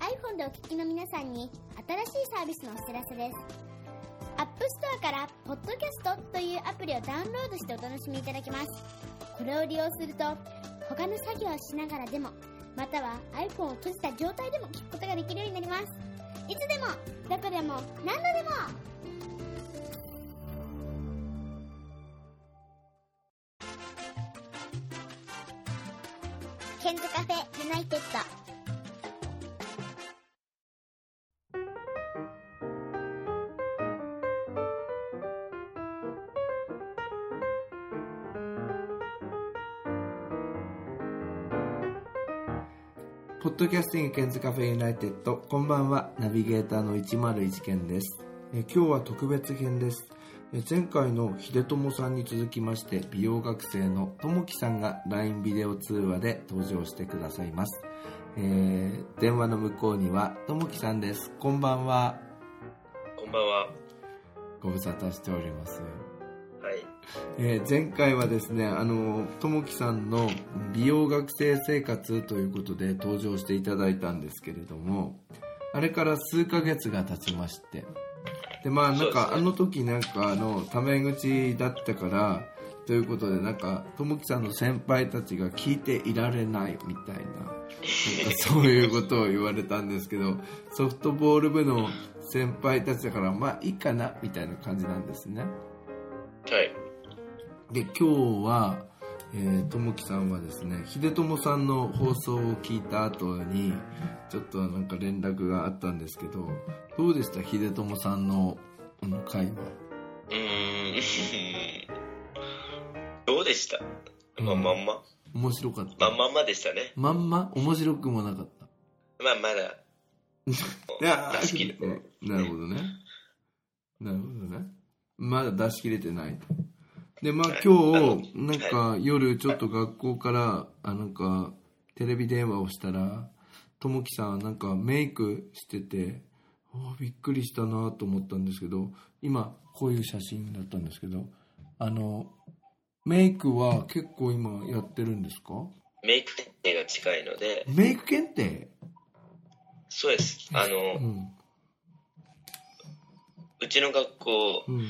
FM でお聞きの皆さんに新しいサービスのお知らせです。App Store から「Podcast」というアプリをダウンロードしてお楽しみいただけます。これを利用すると他の作業をしながらでもまたは iPhone を閉じた状態でも聞くことができるようになります。いつでもどこでも何度でもケンズカフェユナイテッドポッドキャスティングケンズカフェユナイテッド、こんばんは、ナビゲーターの101健です。えー今日は特別編です。えー前回の秀友さんに続きまして、美容学生のともきさんが LINE ビデオ通話で登場してくださいます。えー電話の向こうにはともきさんです。こんばんは。こんばんは。ご無沙汰しております。はい。えー前回はですね、あの、ともきさんの美容学生生活ということで登場していただいたんですけれども、あれから数ヶ月が経ちまして、で、まあなんか、そうですねあの時なんか、あの、タメ口だったから、ということで、なんか、ともきさんの先輩たちが聞いていられないみたいな、 なんかそういうことを言われたんですけど、ソフトボール部の先輩たちだから、まあいいかな、みたいな感じなんですね。はい。で今日はえーともきさんはですね秀友さんの放送を聞いた後にちょっとなんか連絡があったんですけどどうでした秀友さんのあの会話うーん。 どうでした、まあ、うんまんま面白かったまんまんまでしたね。まんま面白くもなかったまあ、まだ。いや出し切れてないなるほどねなるほどねまだ出し切れてないとでまあ今日なんか夜ちょっと学校からあなんかテレビ電話をしたらともきさんなんかメイクしてておーびっくりしたなと思ったんですけど今こういう写真だったんですけどあのメイクは結構今やってるんですかメイク検定が近いので、メイク検定そうです。あの、ううんちの学校、うん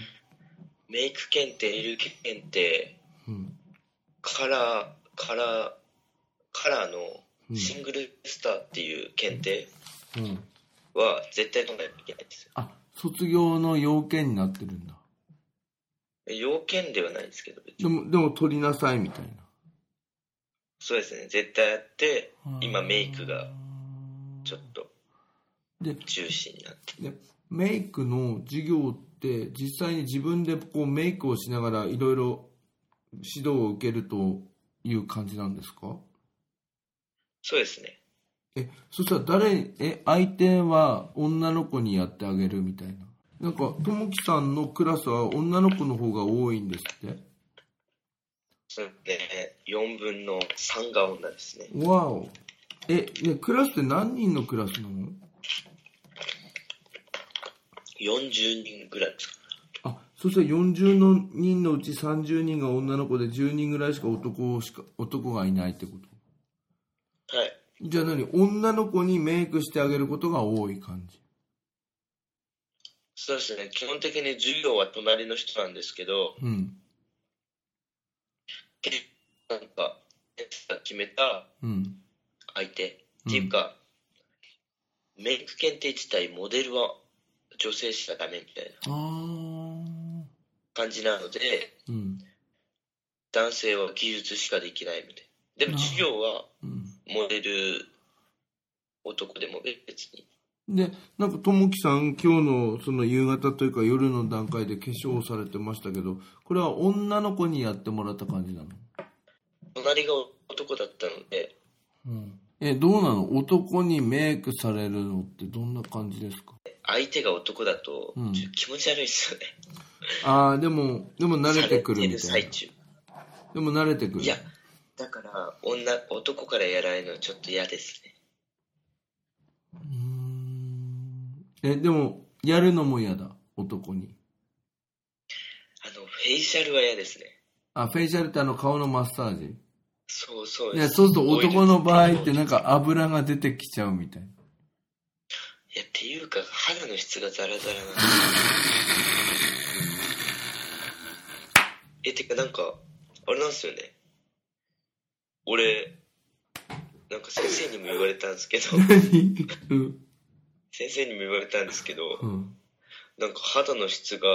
メイク検定、リル検定、うんカラー、カラー、カラーのうんシングルスターっていう検定うんは絶対取らないといけないんですよ。あ卒業の要件になってるんだ要件ではないんですけど、別でにもでも取りなさいみたいなそうですね。絶対やって、今メイクがちょっとで重視になって。でメイクの授業って実際に自分でこうメイクをしながらいろいろ指導を受けるという感じなんですかそうですね。えそしたら誰え相手は女の子にやってあげるみたいななんかともきさんのクラスは女の子の方が多いんですってそうね、4分の3が女ですね。わおえねクラスって何人のクラスなの40人ぐらいですか。あそしたら40の人のうち30人が女の子で10人ぐらいしか男しか男がいないってことはい。じゃあ何女の子にメイクしてあげることが多い感じそうですね、基本的に授業は隣の人なんですけど、うんなんか、決めたうん相手、うんっていうか、メイク検定自体、モデルは女性しかダメみたいなあー感じなので、うん男性は技術しかできないみたいな。でもな授業はうんモデル男でも別に。でなんかともきさん今日のその夕方というか夜の段階で化粧をされてましたけどこれは女の子にやってもらった感じなの隣が男だったので、うんえどうなの男にメイクされるのってどんな感じですか相手が男だと、うんちょっと気持ち悪いですよね。ああでもでも慣れてくるみさたれいてなる最中。でも慣れてくるいや、だから、女、男からやられるのはちょっと嫌ですね。うーんえでもやるのも嫌だ男にあの、フェイシャルは嫌ですね。あフェイシャルってあの顔のマッサージそうそういでやす。そうするとオイル男の場合ってなんか油が出てきちゃうみたいていうか肌の質がザラザラなのえてかなんかあれなんですよね俺なんか先生にも言われたん ですけど何うん。先生にも言われたんですけどうん。なんか肌の質が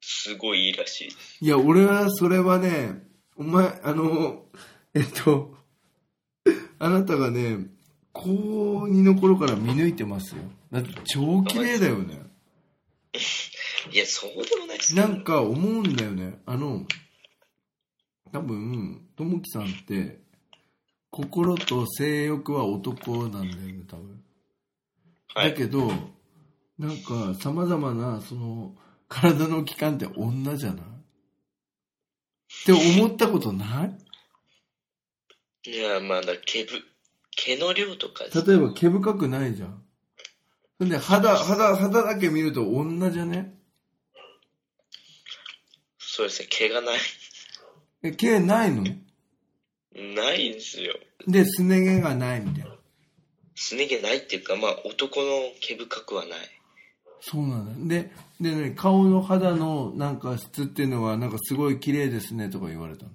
すごいいいらしいですいや、俺は、それはね、お前、あの、えっと、あなたがね、高2の頃から見抜いてますよ。だって超綺麗だよね。いやそうでもないですなんか思うんだよね。あの、多分、ともきさんって、心と性欲は男なんだよね、多分。はだいけど、なんか、様々な、その、体の器官って女じゃないって思ったことないいやまあだから毛ぶ毛の量とか例えば、毛深くないじゃん。それで、肌、肌、肌だけ見ると女じゃねそうですね毛がないえ毛ないのないんですよで、すね毛がないみたいな。すね毛ないっていうかまあ男の毛深くはないそうなんだ。で、でね、顔の肌のなんか質っていうのは、なんかすごい綺麗ですねとか言われたの。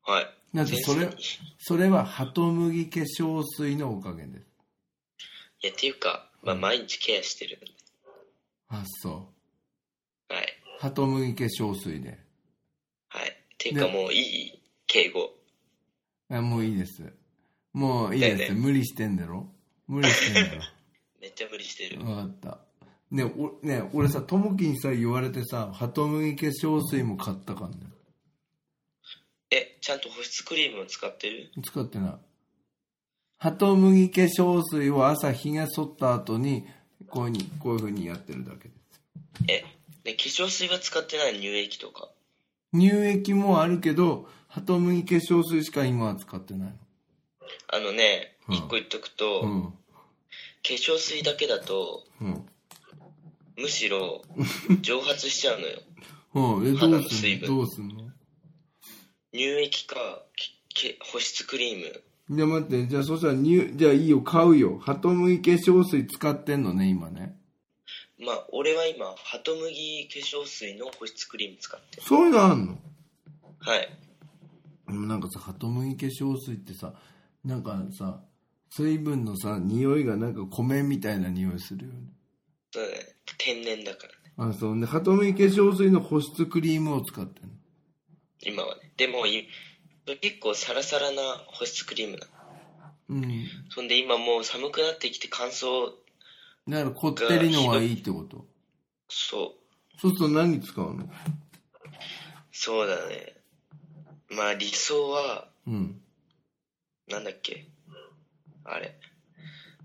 はいだってそれ先生にそれは、ハトムギ化粧水のおかげです。いやっていうか、まあ、毎日ケアしてるんであ、そ。はいうハトムギ化粧水で。はいっていうかねもういい敬語あもういいです。もういいだです。よね無理してんだろ無理してんだろ。めっちゃ無理してる 分かったねおね俺さともきにさ言われてさハトムギ化粧水も買ったからねえちゃんと保湿クリームを使ってる使ってないハトムギ化粧水を朝ひげ剃った後にこういうにこういう風にやってるだけですえ、ね、化粧水は使ってない乳液とか乳液もあるけどハトムギ化粧水しか今は使ってないあのねうん一個言っとくと、のうん化粧水だけだとうんむしろ蒸発しちゃうのようん、えど肌うのす水んの分どうすんの乳液かけけ保湿クリームじゃあ待ってじゃあそしたら乳じゃあいいよ買うよハトムギ化粧水使ってんのね今ねまあ俺は今ハトムギ化粧水の保湿クリーム使ってるそういうのあんのはいうんなんかさ、ハトムギ化粧水ってさ、なんかさ、水分のさ、匂いがなんか米みたいな匂いするよね。そうだね天然だからねあ、そうね。ハトムギ化粧水の保湿クリームを使ってる今はねでもい結構サラサラな保湿クリームなのうん。そんで今もう寒くなってきて乾燥だからこってりのはいいってこと。そうそうすると何使うのそうだねまあ理想はうん。なんだっけあれ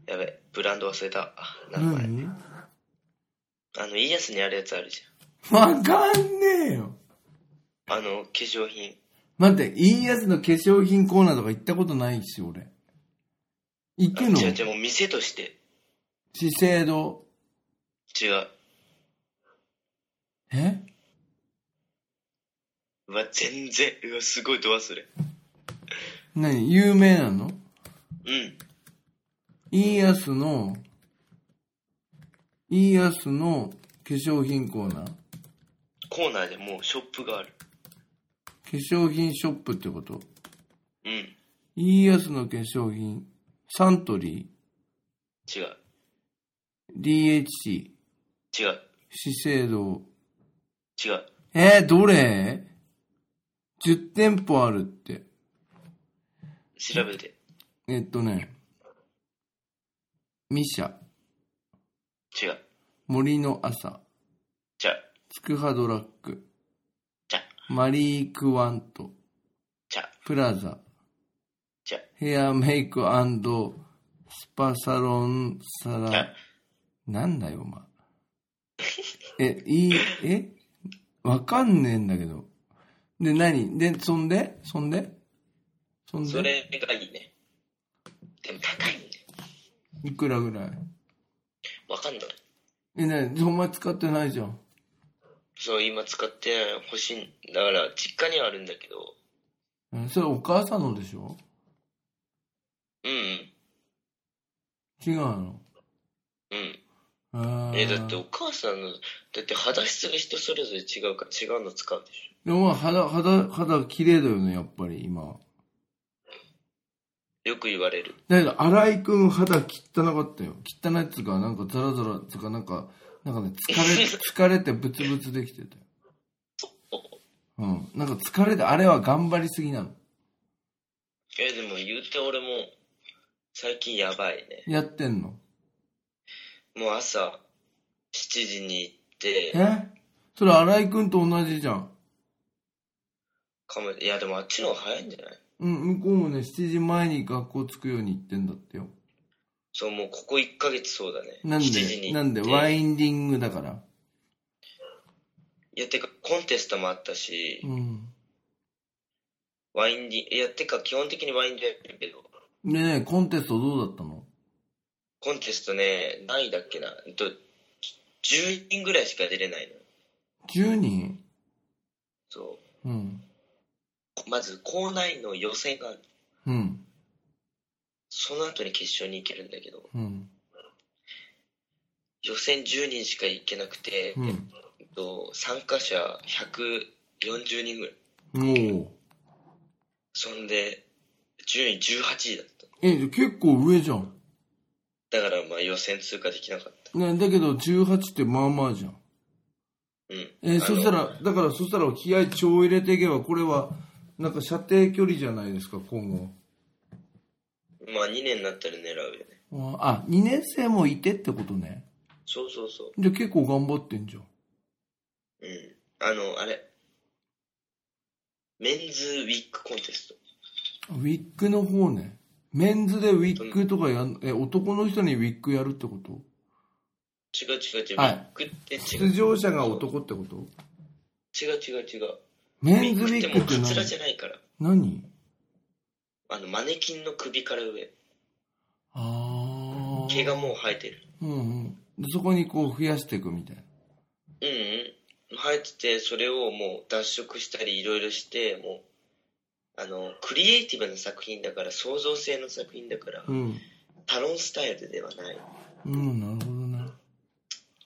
やべブランド忘れた名前何あのイーアスにあるやつあるじわかんねえよ。ゃんあの化粧品待って、いいやつの化粧品コーナーとか行ったことないし、俺。行あくの違う違うもう店として資生堂。違うえうわ全然うわすごいド忘れ何有名なのうんイーヤスの、イーヤスの化粧品コーナー化コーナーでもうショップがある粧品ショップってことうん違イーヤスの化粧品、サントリうー、DHC、違う資生堂。違うえー、どれ ?10 店舗あるって。調べてえっとね、ミシャ、違う森の朝、じゃあツクハドラック、じゃあマリークワント、じゃあプラザ、じゃあヘアメイクスパサロンサじゃあラ、なんだよ、お前。え、いい、えわかんねえんだけど。で、何で、そんでそんでそんでそれがいいねでも高いねいくらぐらいわかんないえ、なにお前使ってないじゃん。そう今使って欲しいんだから実家にはあるんだけどえそれお母さんのでしょうんうん違うのうん。あーえ、だってお母さんの、だって肌質が人それぞれ違うから違うの使うでしでもまあ肌、肌、肌綺麗だよね、やっぱり今。ょ。よく言われる。だけど、荒井くん肌汚かったよ。汚いっつうか、なんかザラザラっつうか、なんか、なんかね、 疲れ、疲れてブツブツできてたよ。うん。なんか疲れて、あれは頑張りすぎなの。え、でも言うて俺も、最近やばいね。やってんの。もう朝、7時に行って、えそれ荒井くんと同じじゃん。かも、いやでもあっちの方が早いんじゃないうん、向こうもね、7時前に学校着くように言ってんだってよ。そう、もうここ1ヶ月そうだね。なん7時にで、行なってんで、ワインディングだから。いや、てか、コンテストもあったし、うん。ワインディいや、てか、基本的にワインディやるけど、でね、コンテストどうだったのコンテストね、何位だっけな、えっと、10人ぐらいしか出れないの。 ?10 人そうん。う。まず、校内の予選がある、うん。その後に決勝に行けるんだけど、うん。予選10人しか行けなくて、うん。えっと、参加者140人ぐらい。おーそんで、順位18位だっえ、結構上じゃん。た。だから、まあ、予選通過できなかった。ね、だけど18ってまあまあじゃん。うん。えーあのそしたら、だからそしたら気合超入れていけば、これは、なんか射程距離じゃないですか、今後。まあ、2年になったら狙うよね。あ、2年生もいてってことね。そうそうそう。じゃあ結構頑張ってんじゃん。うん。あの、あれ。メンズウィッグコンテスト。ウィッグの方ね。メンズでウィッグとかやん、え、男の人にウィッグやるってこと違う違う違う。はいウィッグって違出う。場者が男ってこと違う違う違う。メンズウウィィッグっッてグもって何うカツラじゃないから。何あの、マネキンの首から上。ああ。毛がもう生えてる。うんうん。そこにこう増やしていくみたいな。うんうん。生えてて、それをもう脱色したりいろいろして、もう、あの、クリエイティブな作品だから、創造性の作品だから、うん。タロンスタイルではない。うん、なるほどね。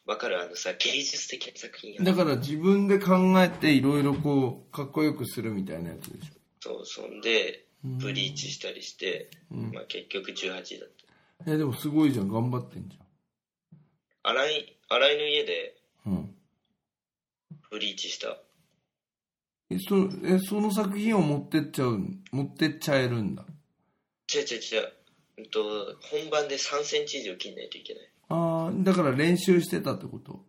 わかるあのさ、芸術的な作品やだから自分で考えていろいろこう、かっこよくするみたいなやつでしょ。そう、そんで、うんブリーチしたりして、うんまあ結局18位だった。え、でもすごいじゃん。頑張ってんじ新井、新井の家でゃん。うん。ブリーチした。え、そえその作品を持ってっちゃうん、持ってっちゃえるんだ。違う違う違う。うんと、本番で3センチ以上切んないといけない。ああ、だから練習してたってこと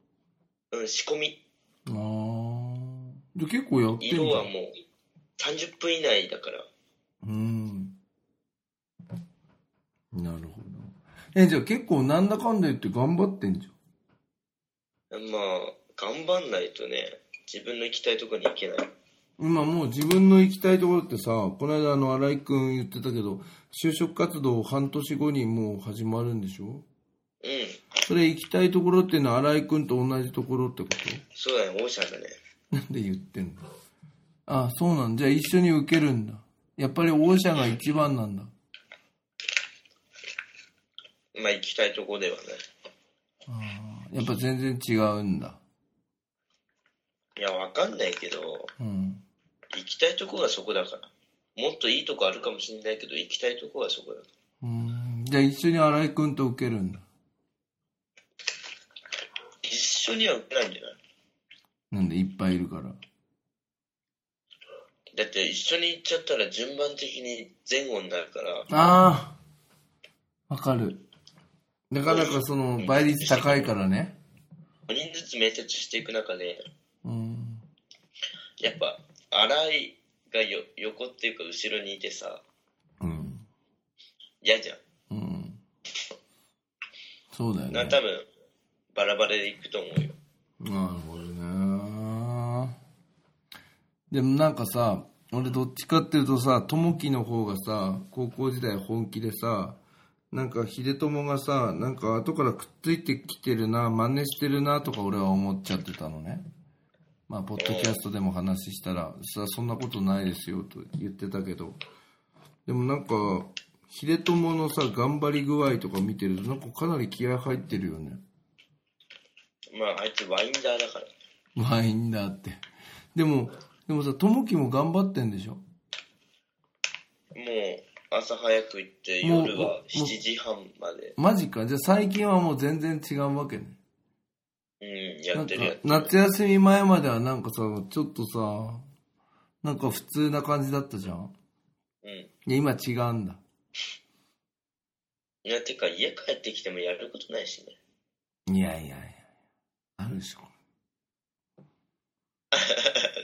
うん、仕込み。ああ。じゃあ結構やってんじゃん色はもう30分以内だから。うん。なるほど。え、じゃあ結構なんだかんだ言って頑張ってんじゃん。まあ、頑張んないとね、自分の行きたいとこに行けない。今もう自分の行きたいところってさ、この間あの荒井くん言ってたけど、就職活動半年後にもう始まるんでしょうん、それ行きたいところっていうのは荒井くんと同じところってこそうだね、オーシャンだね。となんで言ってんのあ、そうなんじゃあ一緒に受けるんだ。やっぱり王者が一番なんだ。まあ行きたいとこではない。あーやっぱ全然違うんだ。いや、わかんないけど、うん。行きたいとこがそこだから。もっといいとこあるかもしれないけど、行きたいとこはそこだかうんじゃあ一緒に荒井くんと受けるんだ。ら。一緒には受けないんじゃないなんでいっぱいいるから。だって一緒に行っちゃったら順番的に前後になるから、ああ、わかる。なかなかその倍率高いからね。 5人ずつ面接していく中で、うん。やっぱ、新井がよ横っていうか後ろにいてさ、うん。嫌じゃうん。ん。そうだよなね。多分、バラバラで行くと思うよ。なるほどね。でもなんかさ、俺どっちかっていうとさ、友樹の方がさ、高校時代本気でさ、なんか秀友がさ、なんか後からくっついてきてるな、真似してるなとか俺は思っちゃってたのね。まあ、ポッドキャストでも話したら、さそんなことないですよと言ってたけど、でもなんか、秀友のさ、頑張り具合とか見てると、なんかかなり気合入ってるよね。まあ、あいつワインダーだから。ワインダーって。でも、でもさ、友樹も頑張ってんでしょもう、朝早く行って、もう夜もうは7時半まで、マジか。じゃあ最近はもう全然違うわけね。うん、やなっんかてるやつ。夏休み前まではなんかさ、ちょっとさ、なんか普通な感じだったじゃんうん。いや、今違うんだ。いや、てか、家帰ってきてもやることないしね。 いやいやいや。あるでしょ。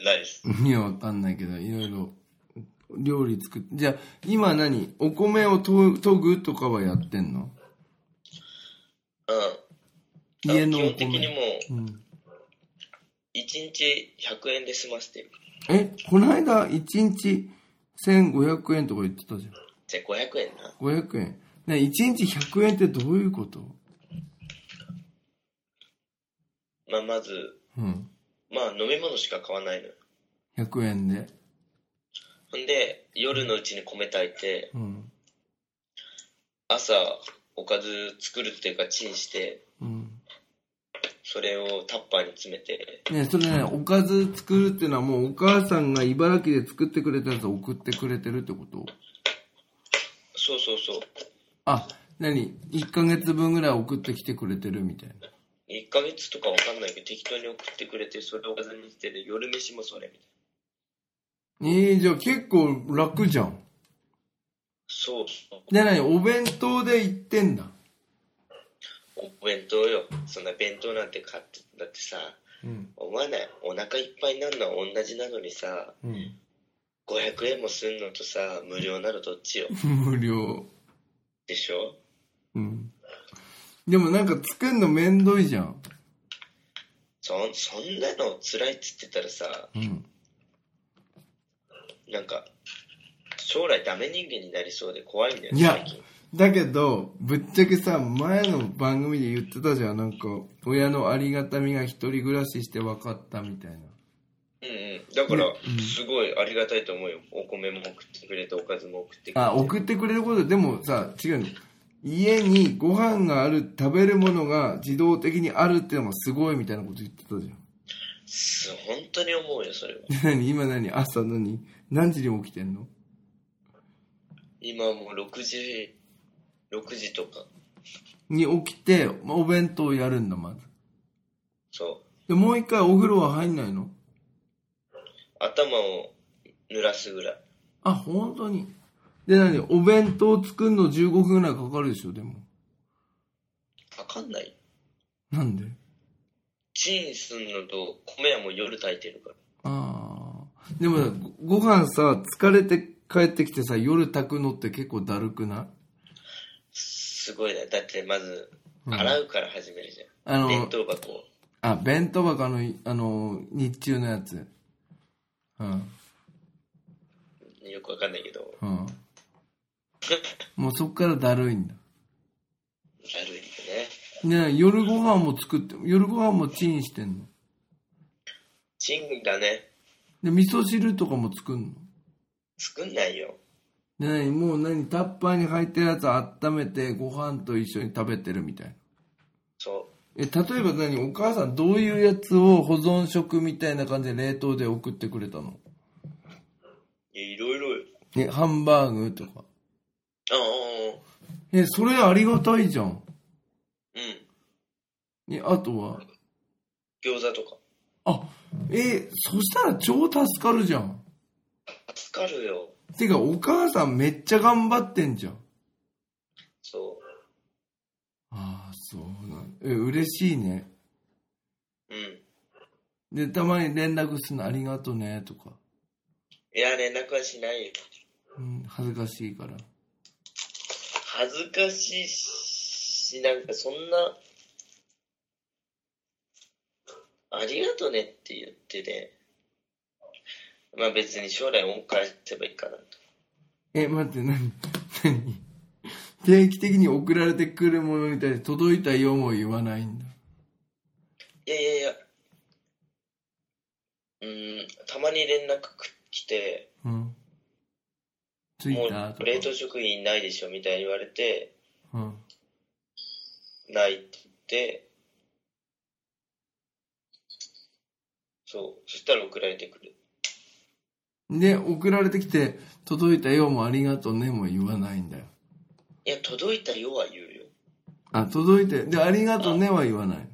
ないです。いや、わかんないけど、いろいろ、料理作って。じゃあ、今何お米をと研ぐとかはやってんのうん。家の基お本的にも米。うん、う、1日100円で済ませてる。え、この間、1日1500円とか言ってたじゃん。じゃあ500円な。 500円。ね、1日100円ってどういうことまあ、まず、うん。まあ、飲み物しか買わないのよ。 100円で。ほんで、夜のうちに米炊いて、うん。朝、おかず作るっていうか、チンして、うん。それをタッパーに詰めて、ねそれね、おかず作るっていうのはもうお母さんが茨城で作ってくれたやつを送ってくれてるってことそうそうそう。あ、なに ?1 ヶ月分ぐらい送ってきてくれてるみたいな。 1ヶ月とかわかんないけど、適当に送ってくれて、それをおかずにしてて、夜飯もそれみたいな。えー、じゃあ結構楽じゃん。そうそう。で、なにお弁当で行ってんだ。お弁当よ。そんな弁当なんて買って、だってさ、うん。お前ね、お腹いっぱいになるのは同じなのにさ、うん。 500円もすんのとさ、無料なのどっちよ。 無料。でしょうん。でもなんか作んのめんどいじゃん。そんそんなの辛いっつってたらさ、うん。なんか、将来ダメ人間になりそうで怖いんだよいや最近。だけど、ぶっちゃけさ、前の番組で言ってたじゃん。なんか、親のありがたみが一人暮らしして分かったみたいな。うんうん。だから、うんすごいありがたいと思うよ。お米も送ってくれて、おかずも送ってくれて。あ、送ってくれることで、でもさ、違うの。家にご飯がある、食べるものが自動的にあるってのがすごいみたいなこと言ってたじゃん。 す本当に思うよ、それは。で何今何朝何何時に起きてんの今もう6時、6時とか。に起きて、まあお弁当やるんだ、まず。そう。で、もう一回お風呂は入んないの頭を濡らすぐらい。あ、本当に。で、何お弁当作るの15分ぐらいかかるでしょ、でも。かかんない。なんでチンすんのと、米はもう夜炊いてるから。ああ。でもご、ご飯さ、疲れて帰ってきてさ、夜炊くのって結構だるくないすごいね。だってまず、ん洗うから始めるじゃあん。の弁当箱を。あ、弁当箱の、いあの、日中のやつ。うん。よくわかんないけど、 うん。もうそっからだるいんだ。だるいよね。ねえ夜ご飯も作って、夜ご飯もチンしてんの。チンだね。で、味噌汁とかも作んの。作んないよ。で、何もう何タッパーに入ってるやつ温めてご飯と一緒に食べてるみたいな。そえ、例えば何お母さんどういうやつを保存食みたいな感じで冷凍で送ってくれたのう。いや、いろいろよ。え、ハンバーグとか。ああ、え、それありがたいじゃん。うん。え、あとは餃子とか。あ、え、そしたら超助かるじゃん。助かるよ。てか、お母さんめっちゃ頑張ってんじゃん。そああ、そうなんえ、嬉しいね。う。うん。で、たまに連絡するのありがとね、とか。いや、連絡はしないよ。うん、恥ずかしいから。恥ずかしいし、なんかそんな、ありがとねって言ってね、まあ別に将来恩返せばいいかなと。え、待って、何何 定期的に送られてくるものに対して届いたよも言わないんだ。いやいやいや、うーん、たまに連絡来て、うん。ちついもたうと冷凍食品ないでしょみたいに言われて、か。うん。ないって言って、そう、そしたら送られてくる。で、送られてきて、届いたよもありがとうねも言わないんだよ。いや、届いたよは言うよ。あ、届いて、で、ありがとうねは言わない。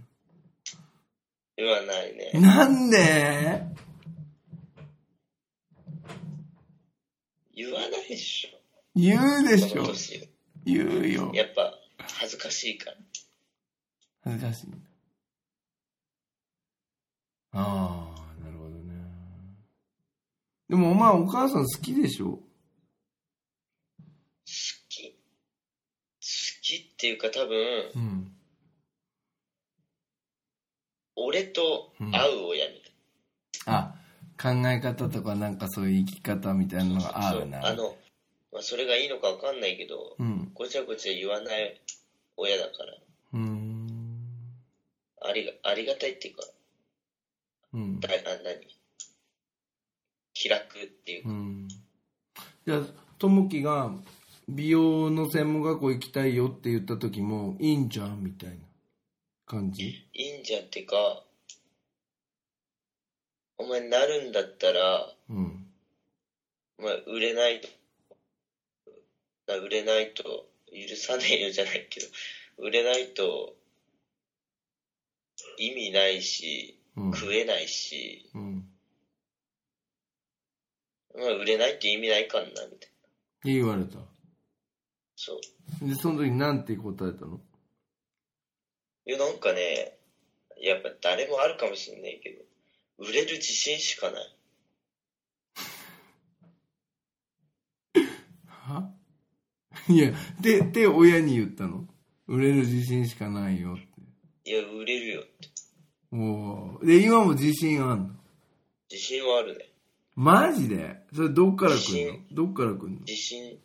言わないね。なんで言わないでしょ。言うでしこのょ。年言うよ。やっぱ、恥ずかしいから。恥ずかしい。ああ、なるほどね。でもお前お母さん好きでしょ好き。好きっていうか多分、うん。俺と合う親みたいあ、考え方とかなんかそういう生き方みたいなのな。が合うそうあな。の、まあ、それがいいのかわかんないけど、うん。ごちゃごちゃ言わない親だから。うーん。ありが、ありがたいっていうか、うん。だあ何気楽っていううか。ん。じゃあ、ともきが美容の専門学校行きたいよって言った時も、いいんじゃんみたいな感じいいんじゃんっていうか、お前なるんだったら、うん。まあ、売れないと、まあ売れないと、許さねえよじゃないけど、売れないと、意味ないし、うん。食えないし、うん。まあ、売れないって意味ないかんな、みたいな。って言われた。そう。で、その時なんて答えたのいや、なんかね、やっぱ誰もあるかもしんないけど、売れる自信しかない。 はいや、で、で、親に言ったの。売れる自信しかないよって。いや、売れるよって。おーで、今も自信あんの自信はあるね。マジでそれどっから来る自のどっから来るの自信、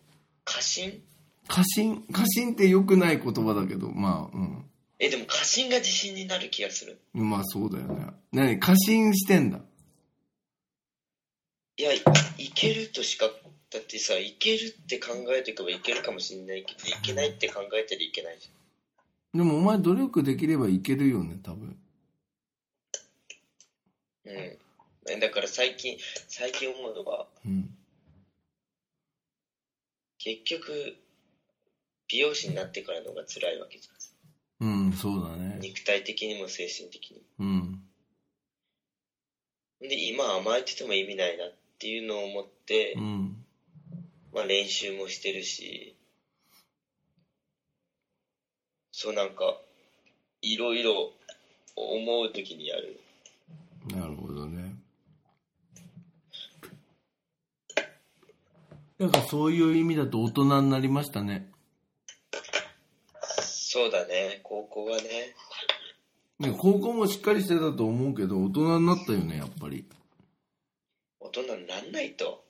過信過信過信って良くない言葉だけど、まあ、うん。え、でも過信が自信になる気がする。まあそうだよね。何過信してんだ。いや、いいけるとしか、だってさ、いけるって考えていけばいけるかもしんないけど、いけないって考えたらいけないじでもお前努力できればいけるよね、多分。ゃん。うんえ。だから最近、最近思うのは、うん。結局、美容師になってからの方が辛いわけじうん、そうだゃん。ね。肉体的にも精神的にうも。ん。で今甘えてても意味ないなっていうのを思って、うん。まあ、練習もしてるしそうなんかいろいろ思う時にやるなるほどね。なんかそういう意味だと大人になりましたね。そうだね高校はねね高校もしっかりしてたと思うけど、大人になったよね、やっぱり。大人になんないと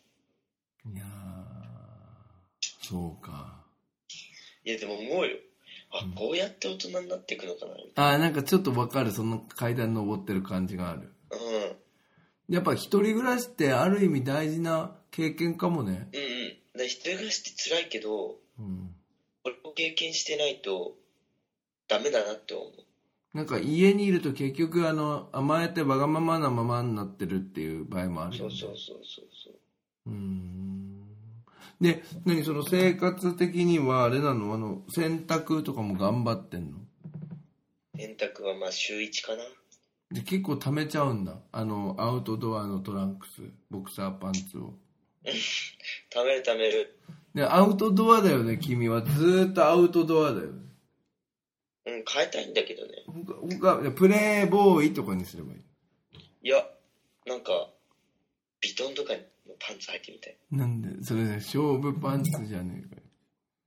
いやー、そうか。いやでも思うよあこうやって大人になっていくのかなみあー、なんかちょっとわかる。その階段登ってる感じがある。たいなうんやっぱ一人暮らしってある意味大事な経験かもね。うんうんで一人暮らしって辛いけどうん。これを経験してないとダメだなって思うなんか家にいると結局あの甘えてわがままなままになってるっていう場合もあるよそうねそうそうそうそううーんで何その生活的にはあれなのあの洗濯とかも頑張ってんの洗濯はまあ週1かなで結構溜めちゃうんだあのアウトドアのトランクスボクサーパンツを貯める貯めるでアウトドアだよね君はずーっとアウトドアだよねうん変えたいんだけどね僕は僕はプレーボーイとかにすればいいいやなんかビトンとかのパンツ履いてみたいなんでそれね勝負パンツじゃね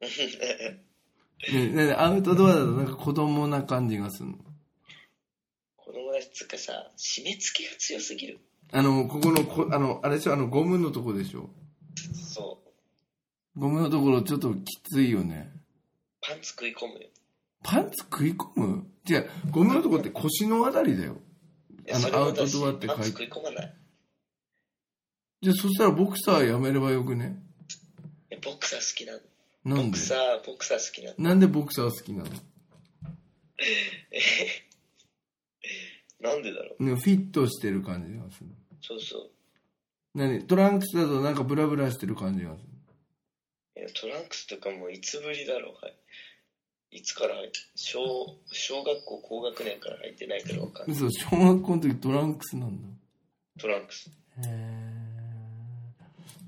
えかよね なんでアウトドアだとなんか子供な感じがするの子供たちつうかさ締め付けが強すぎるあの、ここのこ、あの、あれでしょ、あの、ゴムのとこでしょ。そうゴムのところちょっときついよね。パンツ食い込むよパンツ食い込む違う、ゴムのとこって腰のあたりだよ。いやあのそれもだアウしトドアって書いパンツ食い込まないじゃあそしたらボクサーやめればよくねやボクサー好きなのなボんクでサーボクサー好きなのなんでボクサー好きなのねなんでだろうフィットしてる感じがする。そうそう何トランクスだとなんかブラブラしてる感じがする。いやトランクスとかもういつぶりだろうはいいつから入って小小学校高学年から入ってないからわかんない嘘、小学校の時トランクスなんだ。トランクス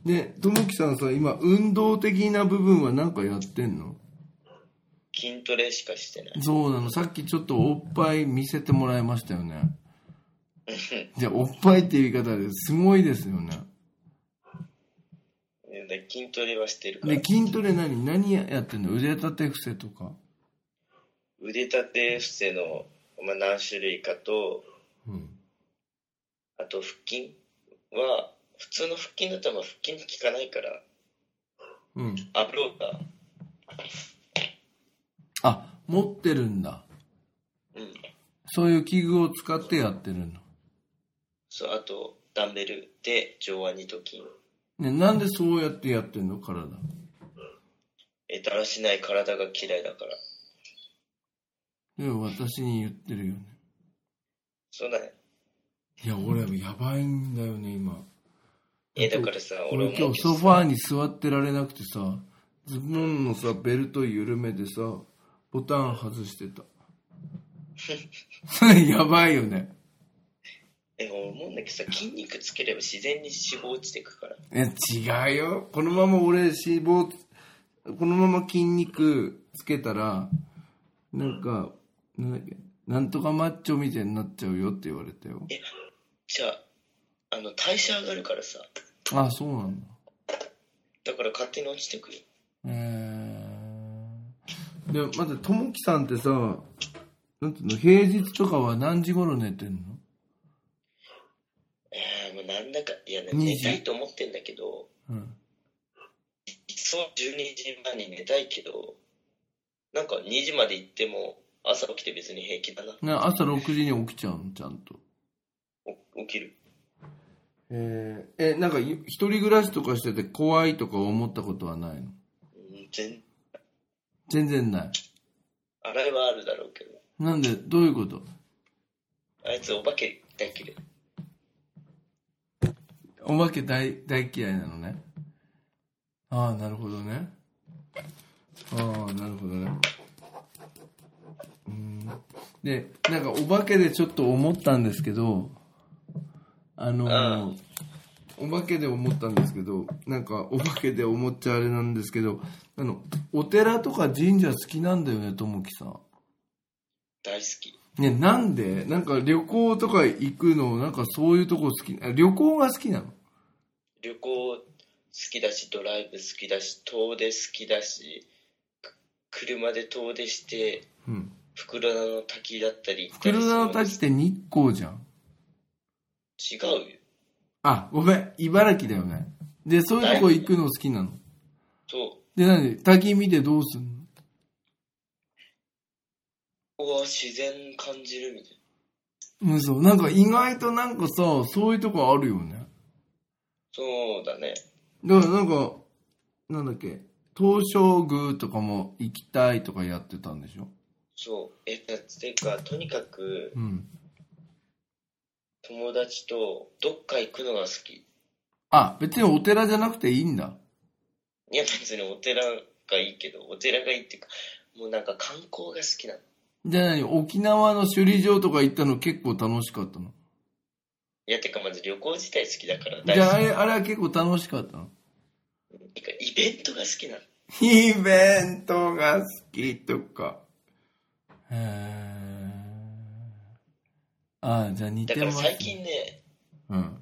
で、ともきさんさ、今、運動的な部分はなんかやってんの筋トレしかしてないそうなの。さっきちょっとおっぱい見せてもらいましたよね。 じゃあ、おっぱいっていう言い方ですごいですよね。ねだから筋トレはしてるからで、筋トレ何何やってんの腕立て伏せとか。腕立て伏せの、まあ、何種類かとうん。あと腹筋は普通の腹筋だとまあ腹筋に効かないからうん。油があ、持ってるんだ。うんそういう器具を使ってやってるの。そうあとダンベルで上腕二頭筋ね、なんでそうやってやってんの体。えだらしない体が嫌いだからでも私に言ってるよね。そうだねいや、俺やばいんだよね、今。えだからさ俺俺今思う日けどソさファーに座ってられなくてさ、ズボンのさ、ベルト緩めてさ、ボタン外して た。それやばいよね。え俺思うんだけどさ筋肉つければ自然に脂肪落ちてくからえ、違うよ。このまま俺脂肪、このまま筋肉つけたら、なんか、なんだっけ、なんとかマッチョみたいになっちゃうよって言われたよ。えじゃああの代謝上がるからさあ、そうなんだ。だから勝手に落ちてくるえー、でも待ってともきさんってさなんていうの平日とかは何時頃寝てんのえー、もうなんだかいやね20寝たいと思ってんだけどうんそう12時前に寝たいけどなんか2時まで行っても朝起きて別に平気だなな朝6時に起きちゃうのちゃんとお起きるええなんかい一人暮らしとかしてて怖いとか思ったことはないのうん全全然ない洗いはあるだろうけどなんでどういうことあいつお化け大嫌いお化け大大嫌いなのねああなるほどねああなるほどねうんでなんかお化けでちょっと思ったんですけどあのーお化けで思ったんですけどなんかお化けで思っちゃあれなんですけどあのお寺とか神社好きなんだよねともきさん大好きねなんでなんか旅行とか行くのなんかそういうとこ好きあ旅行が好きなの旅行好きだしドライブ好きだし遠出好きだしく車で遠出してうん袋田の滝だったり行ったり袋す田るの滝って日光じゃん。違うよあ、ごめん、茨城だよね。で、そういうとこ行くの好きなの。とで、なに、滝見てどうすんのここは自然感じるみたいなうん、そう。なんか意外となんかさ、そういうとこあるよね。そうだねだからなんか、なんだっけ、東照宮とかも行きたいとかやってたんでしょそうえだっていうかとにかくうん。友達とどっか行くのが好きあ、別にお寺じゃなくていいんだ。いや別にお寺がいいけどお寺がいいっていうかもうなんか観光が好きなのじゃあ何、沖縄の首里城とか行ったの結構楽しかったの。いやてかまず旅行自体好きだからじゃああ好れ、あれは結構楽しかったの。きてかイベントが好きなのイベントが好きとか。へえ。ああ、じゃあ似だてからます、最近ね、うん。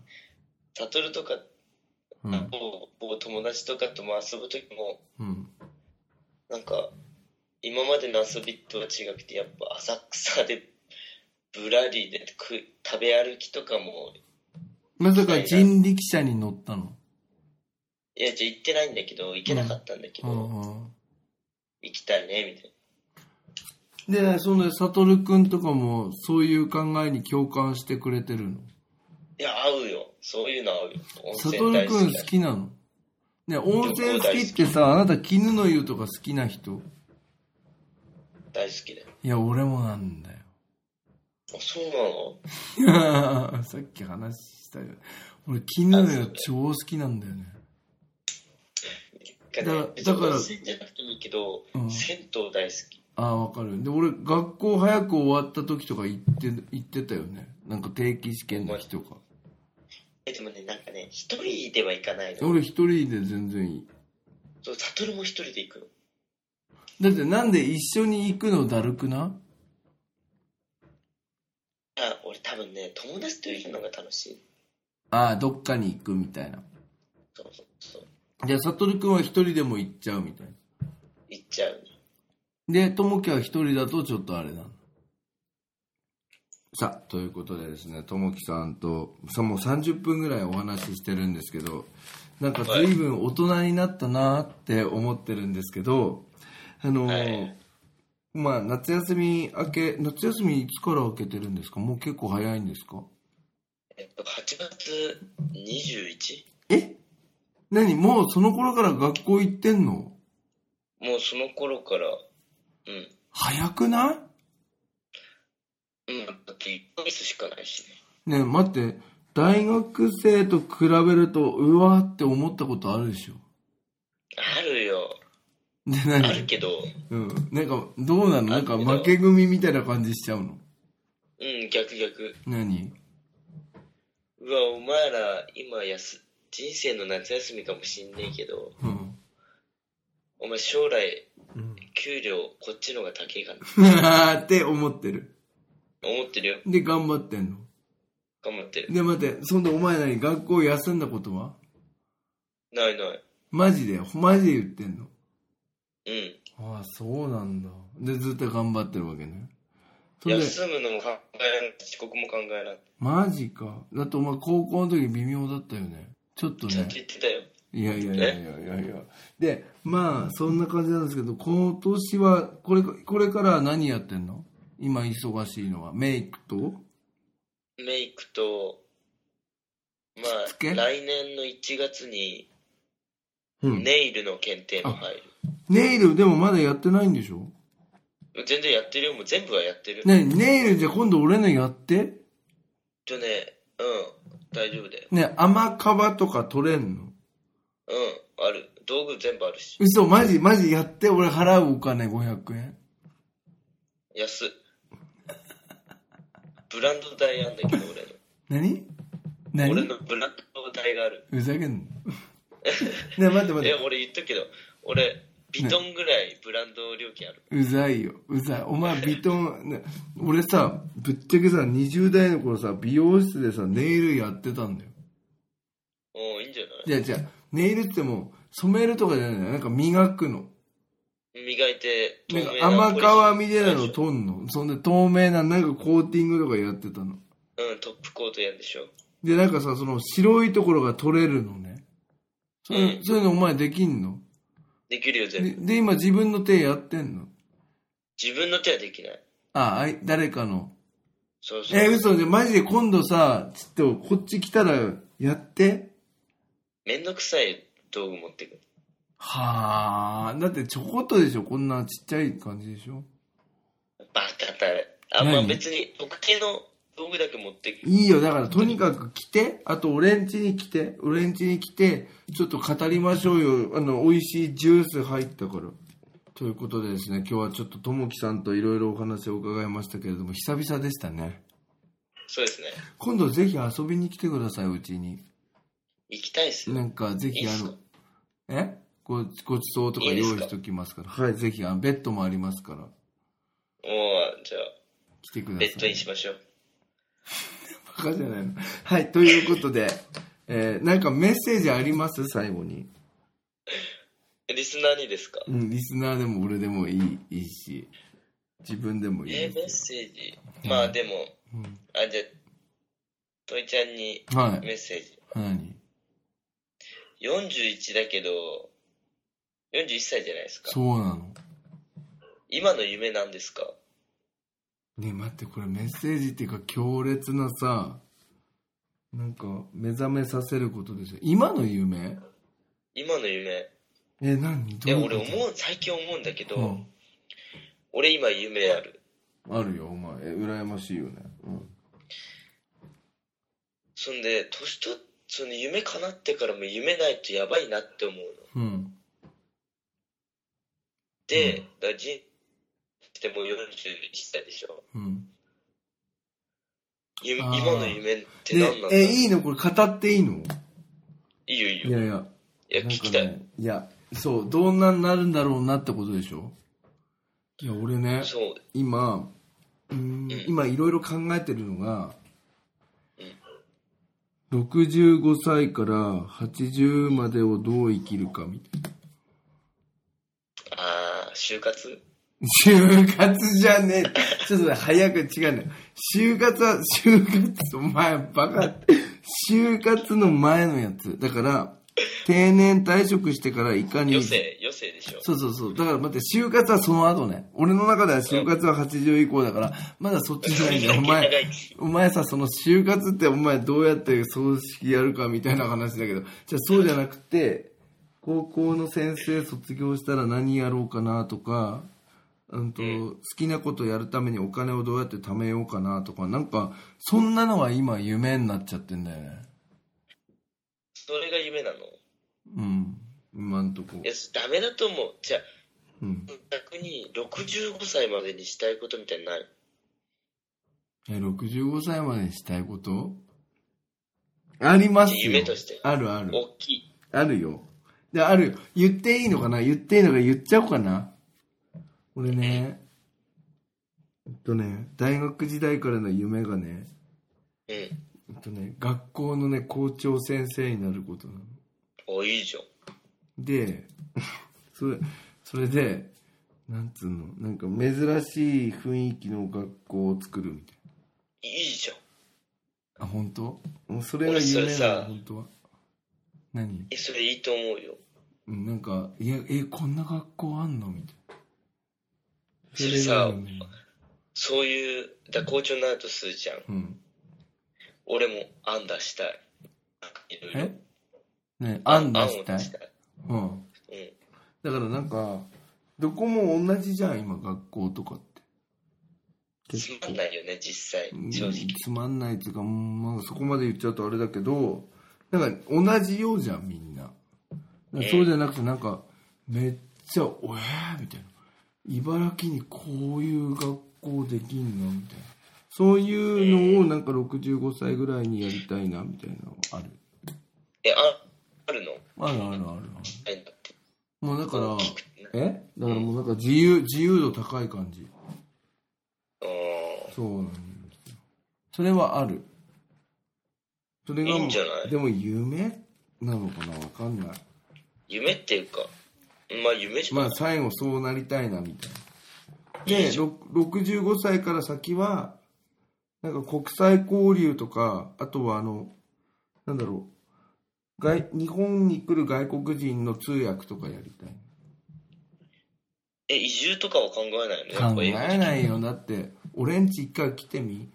サトルとか、うん。某某友達とかとも遊ぶ時も、うん。なんか、今までの遊びとは違くて、やっぱ浅草で、ぶらりでく食べ歩きとかも、まさか人力車に乗ったの。いや、じゃあ行ってないんだけど、行けなかったんだけうど、んうん。行きたいね、みたいで、その、サトルくんとかも、そういう考えに共感してくれてるの。な。いや、合うよ。そういうの合うよ。温サ泉トル大く好んきだ好きなの。ね、温泉好きってさ、あなた絹の湯とか好きな人大好きだよ。いや、俺もなんだよ。あ、そうなのいや さっき話したよ。俺、絹の湯超好きなんだよね。だだ別にだから温泉じゃなくてもいいけど、うん銭湯大好き。ああ、わかる。で、俺、学校早く終わった時とか行って、行ってたよね。なんか定期試験の日とか。え、でもね、なんかね、一人では行かないの。俺一人で全然いい。そう、サトルも一人で行くの。だってなんで一緒に行くのだるくなあ、俺多分ね、友達といるのが楽しい。ああ、どっかに行くみたいな。そうそうそう。じゃあ、サトルくんは一人でも行っちゃうみたいな。行っちゃうね。で、ともきは一人だとちょっとあれなの。さあ、ということでですね、ともきさんと、さもう30分ぐらいお話ししてるんですけど、なんか随分大人になったなーって思ってるんですけど、あのーはいまあ、夏休み明け、夏休みいつから明けてるんですかもう結構早いんですかえっと、8月 21? え何もうその頃から学校行ってんのもうその頃から、うん。早くないうん、だって1ヶ月しかないしね。ねえ待って大学生と比べるとうわーって思ったことあるでしょあるよ。である何けど、うんなんかどうなのなんかあるけど負け組みたいな感じしちゃうのうん、逆逆。何うわ、お前ら、今やす、人生の夏休みかもしんねえけど、うんお前将来、うん給料、こっちの方が高いか な。って思ってる思ってるよ。で頑張ってんの頑張ってる。で待ってそんでお前何学校休んだことはないない。マジでマジで言ってんのうん。ああそうなんだでずっと頑張ってるわけねそれで休むのも考えらない。遅刻も考えらない。マジかだってお前高校の時微妙だったよねちょっとちゃねんと言ってたよ。いやいやいやいやいやいや。で、まあ、そんな感じなんですけど、今年は、これ、これからは何やってんの今忙しいのは。メイクとメイクと、ま着付けあ、来年の1月に、うん。ネイルの検定も入る。ネイル、でもまだやってないんでしょ全然やってるよ。もう全部はやってる。ね、ネイルじゃ今度俺のやってとね、うん、大丈夫だよ。ね、甘皮とか取れんのうん、ある。道具全部あるし。嘘、マジ、マジやって、俺払うお金500円。安っ。ブランド代あんだけど、何俺の。俺何のブランド代がある。ふざけんのね、待って待えって。、俺言っとくけど、俺、ビトンぐらいブランド料金ある。うざいよ、うざい。お前、ビトン、ね、俺さ、ぶっちゃけさ、20代の頃さ、美容室でさ、ネイルやってたんだよ。おーいいんじゃなじゃあじゃあネイルってもう、染めるとかじゃないのよ。なんか磨くの。い磨いて、なん透か明な甘ポリシー皮みたいなの取んの。そんで透明な、なんかコーティングとかやってたの。うん、トップコートやるでしょ。で、なんかさ、その白いところが取れるのね。そううんそういうのお前できんのできるよ、全で部。で、今自分の手やってんの自分の手はできない。あ、あい、誰かの。そうそう。え、嘘で、マジで今度さ、ちょっとこっち来たらやって。めんどくさい道具持ってくる。はあ、だってちょこっとでしょ、こんなちっちゃい感じでしょ。バカだね。あ、まあ何別に、特定の道具だけ持ってくる。いいよ、だからとにかく来て、あと俺ん家に来て、俺ん家に来て、ちょっと語りましょうよ、あの、美味しいジュース入ったから。ということでですね、今日はちょっとともきさんといろいろお話を伺いましたけれども、久々でしたね。そうですね。今度ぜひ遊びに来てください、うちに。行きたいっすね。なんか、ぜいひいっあすかの、えごごちそうとかいい用意ですかしときますから。はい、ぜひ、あベッドもありますから、もう、じゃあ、来てくださベい。ッドインしましょう。バカじゃないの。はい、ということで、えー、なんかメッセージあります最後に。リスナーにですかうん、リスナーでも俺でもいいいいし、自分でもいいえでーメッす。セージ。まあでも、うんあ、じゃあ、といちゃんにはい。メッセージ。何41だけど、41歳じゃないですか。そうなの。今の夢なんですかね待って、これメッセージっていうか強烈なさ、なんか目覚めさせることですよ。今の夢今の夢え、何どえうい俺うこと思う最近思うんだけど、うん俺今夢あるあるよ、お前。え、羨ましいよね。うん。そんで年とその夢叶ってからも夢ないとやばいなって思うのうん。で、だから人生もう41歳でしょうん。ゆあー今の夢ってで何なんだ、え、いいいのこれ語っていいのいよいいいよやいや。いやなん聞かきたい、ねいや、そう、どんなになるんだろうなってことでしょいや、俺ね、そう今、うーんうん今いろいろ考えてるのが、うん65歳から80までをどう生きるかみたいな。ああ就活就活じゃねえ。ちょっとね、早く違うね。就活は、就活、お前バカ。就活の前のやつ。だから、定年退職してからいかに。余生余生でしょそうそうそう。だから待って、就活はその後ね。俺の中では就活は80以降だから、まだそっちじゃないんだよ。お前長いし、お前さ、その就活ってお前どうやって葬式やるかみたいな話だけど、じゃあそうじゃなくて、高校の先生卒業したら何やろうかなとか、うんと、うん好きなことやるためにお金をどうやって貯めようかなとか、なんか、そんなのが今夢になっちゃってんだよね。それが夢なのうん。今んとこい。やダメだと思うじゃあうん。逆に65歳までにしたいことみたいなのないえ、65歳までにしたいことありますよ。夢としてあるある。大きいあるよ。で、あるよ。言っていいのかな言っていいのか言っちゃおうかな俺ね、えっとね、大学時代からの夢がね、うんえっとね、学校のね、校長先生になることなの。おいいじゃんで、それ、それで、なんつうの、なんか珍しい雰囲気の学校を作るみたいいいじゃんな。あ、本当？もうそれが夢俺それなの、さ本当は。何えそれいいと思うようんなんか、いや、え、こんな学校あんのみたいな。それさう、んそういうだ校長になるとするじゃんうん。俺も案出したいなんかいろいろえね、案出した案をい。出したいうん。うんだからなんか、どこも同じじゃん、今、学校とかって。つまんないよね実際うん正直つまんないっていうか、うんまあ、そこまで言っちゃうとあれだけど、なんか同じようじゃん、みんな。だからそうじゃなくて、なんか、めっちゃ、おえーみたいな。茨城にこういう学校できんのみたいな。そういうのを、なんか65歳ぐらいにやりたいな、みたいなのある。えああるのあるあるあるある。あるんだってもうだから大、きくてねえだからもうなんか自由、自由度高い感じ。あーそうなんですよ。それはある。それが、いいんじゃないでも夢なのかなわかんない。夢っていうかまあ夢じゃん、まあ最後そうなりたいな、みたいな。いで、いじゃんろ65歳から先は、なんか国際交流とか、あとはあの、なんだろう、外日本に来る外国人の通訳とかやりたい。え移住とかは考えないのやっ考ぱえ英語的にないよだって俺んち一回来てみ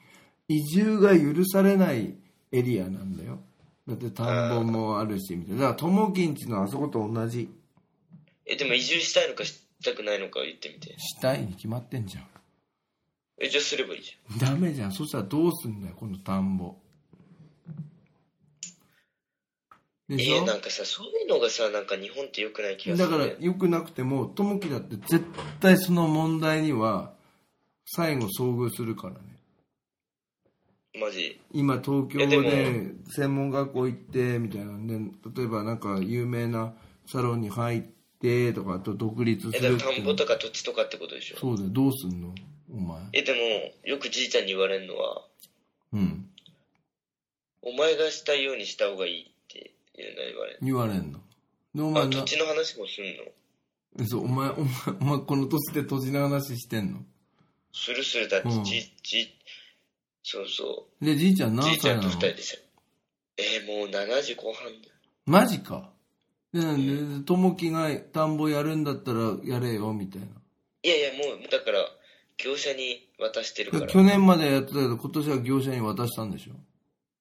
移住が許されないエリアなんだよだって田んぼもあるしみたいなだからともきんちのあそこと同じえでも移住したいのかしたくないのか言ってみてしたいに決まってんじゃんえじゃあすればいいじゃんダメじゃんそしたらどうすんだよこの田んぼでしえょ、ー、なんかさそういうのがさなんか日本って良くない気がすだる、ね、から良くなくてもともきだって絶対その問題には最後遭遇するからねマジ今東京えでもで専門学校行ってみたいなんで例えばなんか有名なサロンに入ってとかあと独立えすだるかってら田んぼとか土地とかってことでしょそうだよどうすんのお前えでもよくじいちゃんに言われるのはうんお前がしたいようにした方がいいっていうのは言われる言われんのでおあ前土な地の話もすんのそうお前お前お前この年で土地の話してんのするするだってうんじい、じいそうそでじいちゃんうじ何いち歳ゃんなとの二人でさえー、もう70後半だマジかででともきが田んぼやるんだったらやれよみたいないやいやもうだから業者に渡してるから去年までやってたけど今年は業者に渡したんでしょ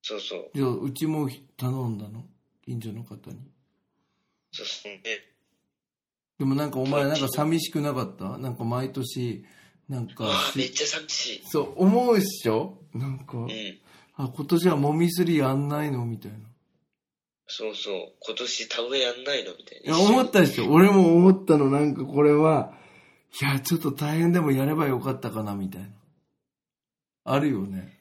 そうそうじゃあうちも頼んだの近所の方に進んで、でもなんかお前なんか寂しくなかったなんか毎年、なんかわあ、めっし、ちゃ寂しそう、思うっしょなんか、い。うん。あ、今年はもみすりやんないのみたいな。そうそう。今年田植えやんないのみたいいや、な。思ったでしょ俺も思ったの、なんかこれは、いや、ちょっと大変でもやればよかったかな、みたいな。あるよね。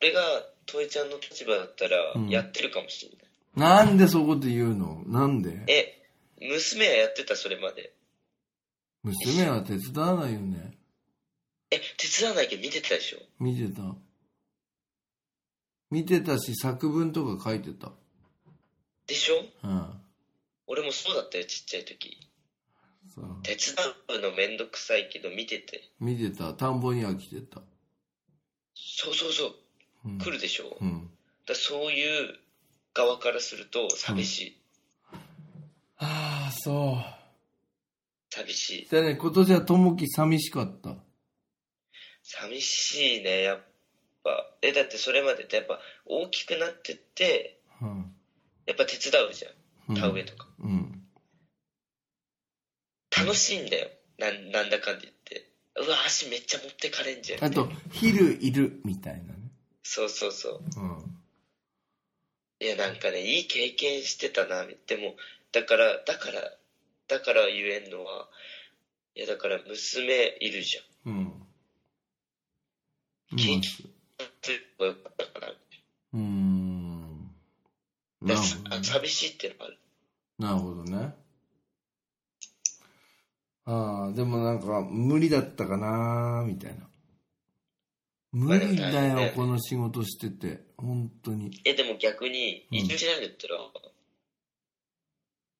俺が、トイちゃんの立場だったらう、んやってるかもしれなない。んでそういうこと言うのなんでえ、娘はやってた、それまで。娘は手伝わないよね。え、手伝わないけど見てたでしょ見てた。見てたし、作文とか書いてた。でしょうん。俺もそうだったよ、ちっちゃい時。そう手伝うのめんどくさいけど見てて。見てた。田んぼには来てた。そうそうそう、うん。来るでしょだかうん。らそういう側からすると、寂しい。ああ、そ寂しい。う。でね、今年はともき寂しかった。寂しいねやっぱえだってそれまでってやっぱ大きくなってってうん。やっぱ手伝うじゃうんん田植えとか、うん。楽しいんだよなんなんだかんで言ってうわ足めっちゃ持ってかれんじゃんあと、昼いる、みたいなね。そうそうそううん。いやなんかねいい経験してたなでもだからだからだから言えんのはいやだから娘いるじゃんうん。元気それがよかったかなうーん。なだるかほどらね。寂しいってのもあるなるほどね。ああ、でもなんか、無理だったかなーみたいな。無理まあだでもよね、この仕事してて。本当に。えでも逆にうん移住しなかったら、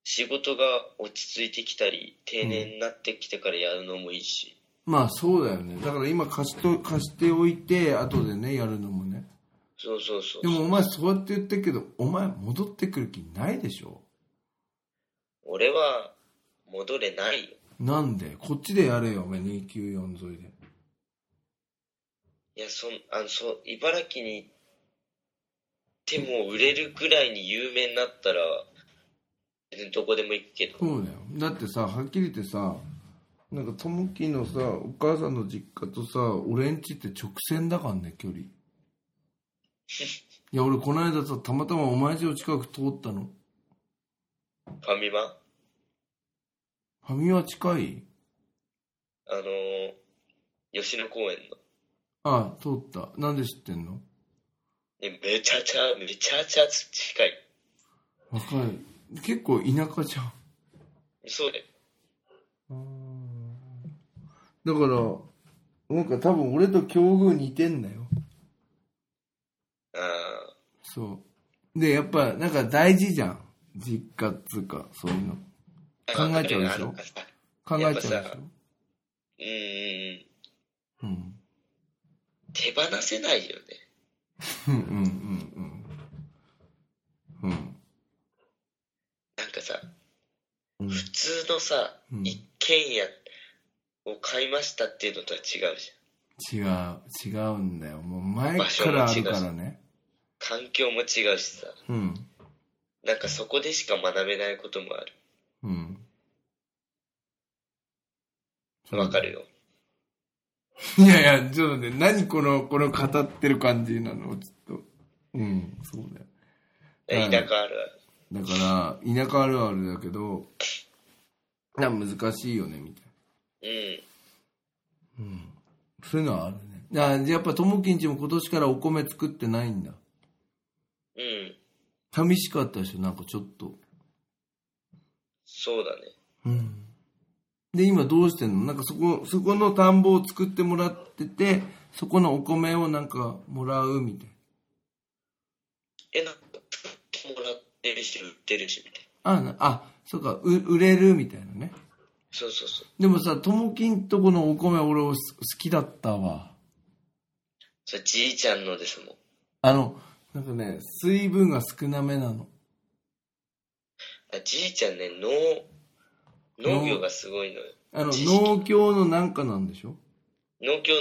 仕事が落ち着いてきたり定年になってきてからやるのもいいし、まあ、そうだよね。だから今貸しと、貸しておいて、後でね、やるのもね。そうそうそうでもお前、そうやって言ってるけど、お前、戻ってくる気ないでしょ俺は戻れないよなんでこっちでやれよ、お前、294沿いで。いやそんあのそう茨城に行っても売れるぐらいに有名になったら別にどこでも行くけど、 そうだよだってさはっきり言ってさなんかトモキのさお母さんの実家とさ俺ん家って直線だからね距離いや俺この間さたまたまお前家の近く通ったのファミマファミは近いあのー吉野公園のああ通ったなんで知ってんのねめちゃちゃめちゃちゃ近いわかる結構田舎じゃんそうだよだからなんか多分俺と境遇似てんだよああそうでやっぱなんか大事じゃん実家っつうかそういうの考えちゃうでしょなんかさ考えちゃうでしやっぱさょうんうんうんうん手放せないよねうんうんうんうんなんかさうん普通のさ、うん一軒家を買いましたっていうのとは違うじゃん違う違うんだよもう前からあるからね環境も違うしさうんなんかそこでしか学べないこともあるうんわかるよ いやいやちょっと待って何このこの語ってる感じなのちょっとうんそうだよ田うん舎あるあるだから田舎あるあるだけどなんか難しいよねみたいなうんうんそういうのはあるねあやっぱともきんちも今年からお米作ってないんだうん寂しかったでしょなんかちょっとそうだねうんで、今どうしてんのなんかそこ、そこの田んぼを作ってもらってて、そこのお米をなんかもらうみたいえなんか作ってもらってるし売ってるしみたいなな。あ、なあ、そうか、う売れるみたいなね。そうそうそうでもさ、ともきんとこのお米俺好きだったわ。それじいちゃんのですもんあの、なんかね、水分が少なめなの。あじいちゃんね農農業がすごいのよあの、知識農協のなんかなんでしょ農協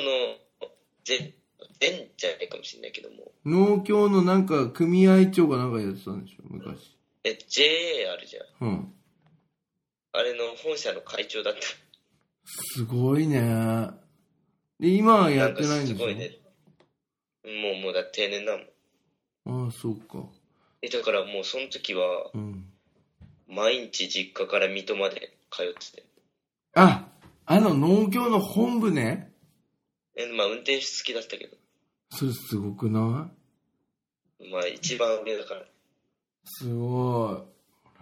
の全全じゃないかもしれないけども農協のなんか組合長がなんかやってたんでしょ昔。え JA あるじゃんうん。あれの本社の会長だったすごいね。で、今はやってないんでしょかすごいねもうもうだって定年だもんああ、そうか。えだからもうその時はうん。毎日実家から水戸まで通っててあ、あの農協の本部ね。えまあ運転手好きだったけどそれすごくないまあ一番上だからすごい。ほ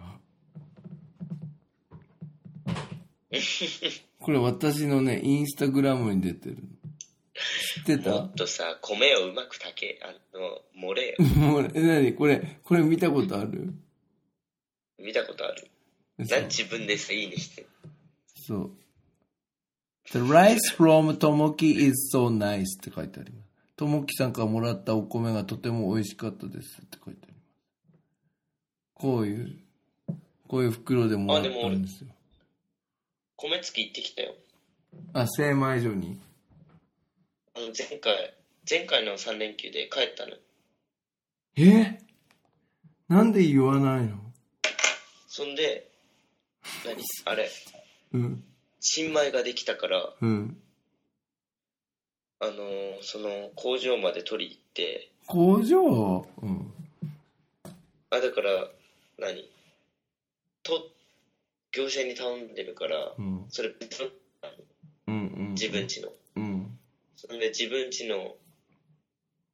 らこれ私のね、インスタグラムに出てる。知ってもたっとさ米をうまく炊けあの漏れよ もう、え、なにこれ、これ見たことある見たことある嘘なん自分でさいいねしてそう。The rice from Tomoki is so nice って書いてあります。ともきさんからもらったお米がとても美味しかったですって書いてあります。こういう、こういう袋でもらったんですよ。米付き行ってきたよあ、精米所に。あの前回前回の3連休で帰ったのえなんで言わないのそんで何あれうん、新米ができたからうん。あのーその工場まで取り行って工場うん。あだから何と業者に頼んでるからうん。それ別のうん。うん。自分ちのうん。そんで自分ちの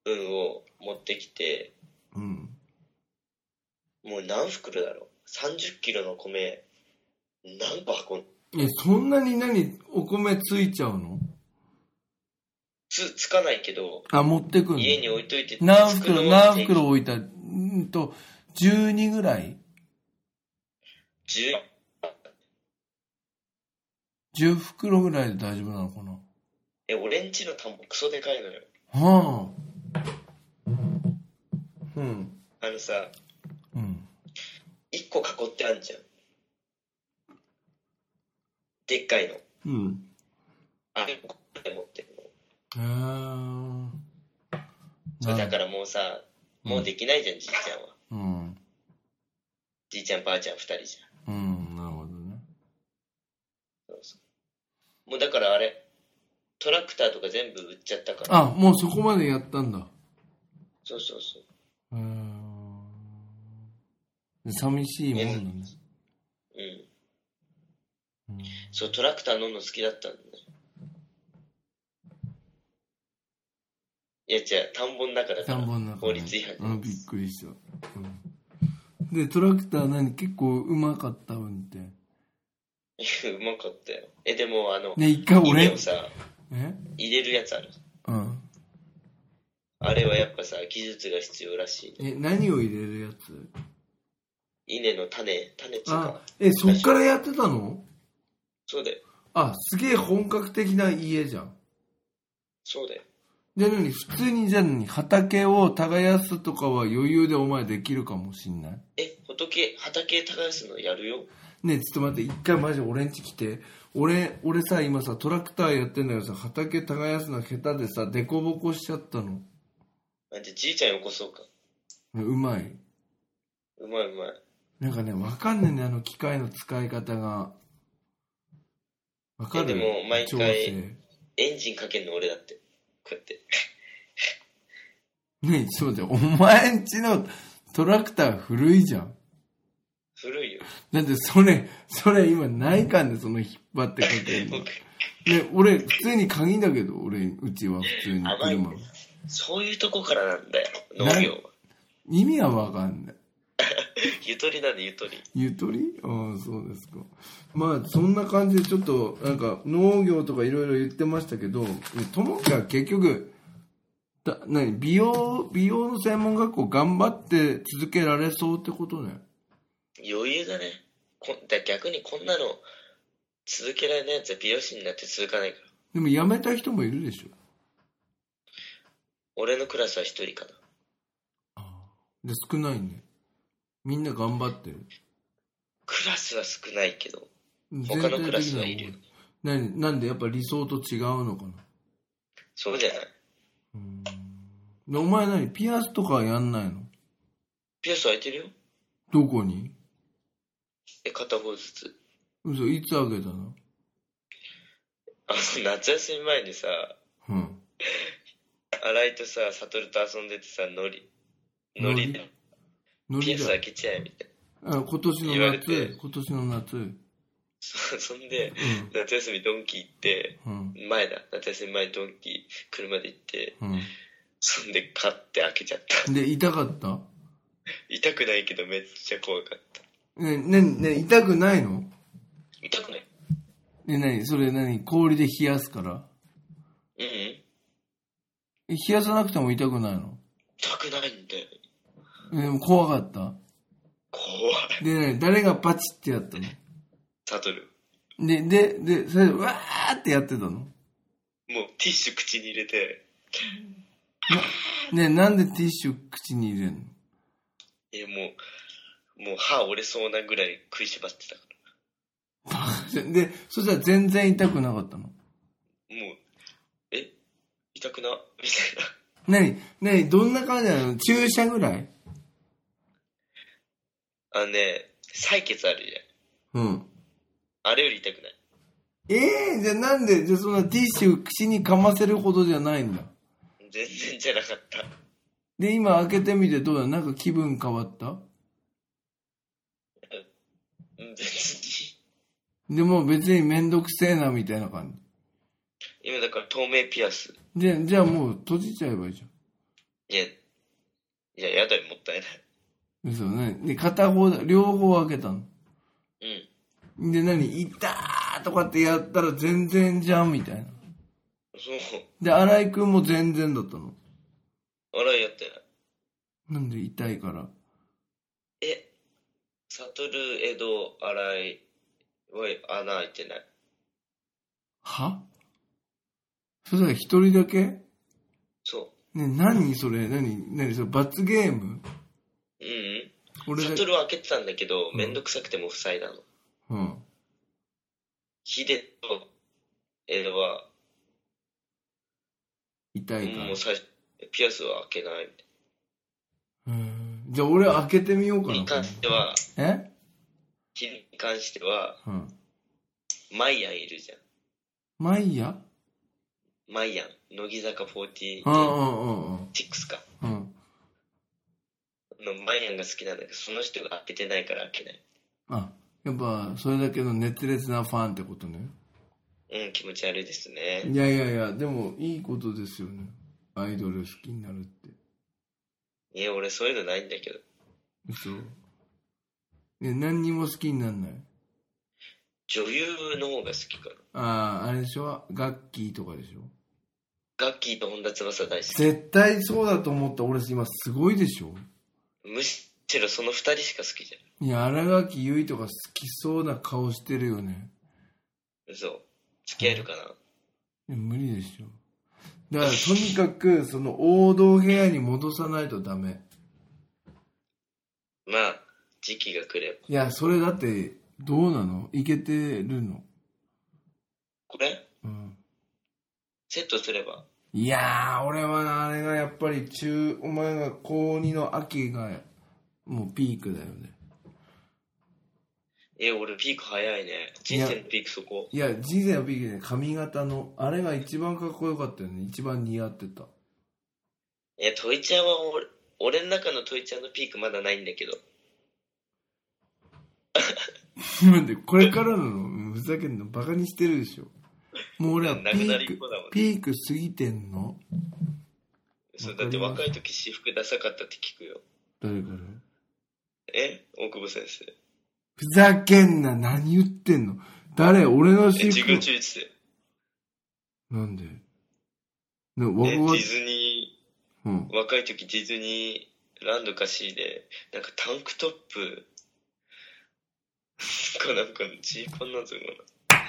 分を持ってきてうん。もう何袋だろう30キロの米何個運んえ、そんなに何、お米ついちゃうのつつかないけどあ、持ってくんの家に置いといて何つくの袋、は何袋置いたうんと、12ぐらい10 ?10 袋ぐらいで大丈夫なのかなえ俺んちの田んぼクソでかいのよはあ。うん。あのさうん。 1個囲ってあんじゃんでっかいのうん。あれこれ持ってるのへーそれだからもうさうんもうできないじゃんじいちゃんはうん。じいちゃんばあちゃん2人じうん、なるほどね。ゃんそうそうもうだからあれトラクターとか全部売っちゃったからあ、もうそこまでやったんだ。そうそうそううーん。寂しいもんだね。うんうんそうトラクター乗るの好きだったんだねいや違う田んぼの中だか田らんぼの中、ね、法律違う反ん、でびっすくりした、うんでトラクター何結構うまかった運転うまかったよえでもあのね一回稲俺をさえ入れるやつあるうんあれはやっぱさ技術が必要らしいねえ何を入れるやつ稲の種種っていうあかえそっからやってたのそうだよあすげえ本格的な家じゃんそうだよじゃあ何普通にじゃあ何畑を耕すとかは余裕でお前できるかもしんないえ仏畑耕すのやるよねえちょっと待って一回マジ俺んち来て俺俺さ今さトラクターやってんだけどさ畑耕すの下手でさ凸凹しちゃったのなんでじいちゃんよこそうかねうまいうまいうまいなんかね、わかんないね、あの機械の使い方が。わかるいやでも毎回調整。エンジンかけんの俺だってこうやってねえ、ちょっと待って、お前んちのトラクター古いじゃん。古いよだってそれ、それ今内観でその引っ張ってかけるの。僕ねえ、俺、普通に鍵だけど、俺、うちは普通に甘い車ね。そういうとこからなんだよ農業は意味はわかんない。ゆとりなんでゆとりゆとりああ、そうですか。まあ、そんな感じで、ちょっと、なんか、農業とかいろいろ言ってましたけど、ともきは結局、だ何美容、美容の専門学校頑張って続けられそうってことね。余裕だねこんだ逆にこんなの続けられないやつは美容師になって続かないからでも、辞めた人もいるでしょ。俺のクラスは一人かなで、少ないね。みんな頑張ってる。クラスは少ないけど全他のク体ラ的スにははいるよ何なんで、やっぱ理想と違うのかな。そうじゃないうんでお前何ピアスとかはやんないのピアス開いてるよどこにえ、片方ずつ。嘘、いつあげたのあの、夏休み前にさ、うん。新井とさ、悟と遊んでてさ、ノリ、ノリで、ノピアリスだ開。けちゃえ、みたいな。あ、今年言わのれて夏、今年の夏。うん。 そそんで、夏休みドンキ行って、うん。前だ、夏休み前ドンキ、車で行って、うそんで買って開けちゃった。ん。で、痛かった痛くないけどめっちゃ怖かった。ね、ね、ね、痛くないの痛くないね、なにそれ何氷で冷やすから。うんうん。え冷やさなくても痛くないの痛くないんだよ。えでも怖かった。怖い。で、ね、誰がパチってやったの悟る。で、で、で、それで、わーってやってたのもうティッシュ口に入れて、ね、なんでティッシュ口に入れるのいやもう、もう歯折れそうなぐらい食いしばってたか で、そしたら全然痛くなかったの。ら。もう、え痛くなみたいな。何何どんな感じなの注射ぐらいあのね、採血あるじゃん。うん。あれより痛くない。ええじゃあなんで、じゃあそんなティッシュ口にかませるほどじゃないんだ。全然じゃなかった。で、今開けてみてどうだなんか気分変わったうん別にでも別にめんどくせえなみたいな感今だから透明ピアス。じ。で、じゃあもう閉じちゃえばいいじいや、いや、やだよ、もったいない。ゃん。ですよね。で、片方だ、両方開けたの。うん。で、何痛ーとかってやったら全然じゃんみたいな。そう。で、荒井くんも全然だったの。洗いやってない。なんで痛いから。え、サトル、江戸、洗い、おい、穴開いてない。はそれだから一人だけそね、何それ何何それ罰ゲームう。うん、うん。俺サだトけ。ルは開けてたんだけど、うんめんどくさくても塞いだの。うん。ヒデと、江戸は、痛いかもう最初、ピアスは開けないみたいら。うん。じゃあ俺開けてみようかな。にな関。しては、えヒデに関しては、うん。マイアンいるじゃん。マイヤマイアン、乃木坂46うんうんうんうん。か。うん。のマイアンが好きなんだけど、その人が開けてないから開けない。あ、やっぱそれだけの熱烈なファンってことね。うん、気持ち悪いですね。いやいやいや、でもいいことですよね。アイドル好きになるって。いや、俺そういうのないんだけど。嘘。ね、何にも好きになんない。女優の方が好きかああ、あれでしょガッキーとかでしょな。ガッキーと本田翼大好き。絶対そうだと思った俺今すごいでしょむしろその二人しか好きじゃいや、新垣結衣とか好きそうな顔してるよね。ん。嘘。付き合えるかな。いや無理でしょ。だからとにかくその王道部屋に戻さないとダメ。まあ、時期が来れば。いや、それだってどうなのいけてるのこれうん。セットすれば。いやー、俺はあれがやっぱり中、お前が高2の秋がもうピークだよね。え、俺ピーク早いね。人生のピークそこ。いや、人生のピークで髪型の、あれが一番かっこよかったよね。一番似合って た。いや、トイちゃんは俺、俺の中のトイちゃんのピークまだないんだけど。なんで、これからなのふざけんのバカにしてるでしょ。もう俺はピなくなりー一ク歩だもんね、ピーク過ぎてんのそうわかだっりてます若い時私服ダサかったって聞くよ誰からえ大久保先生ふざけんな、何言ってんの誰俺のえ私授服業。中一でなんでね、わえデわわィ、ズニうんー。若い時ディズニーランドか C でなんかタンクトップかなんかのジーパンなんぞか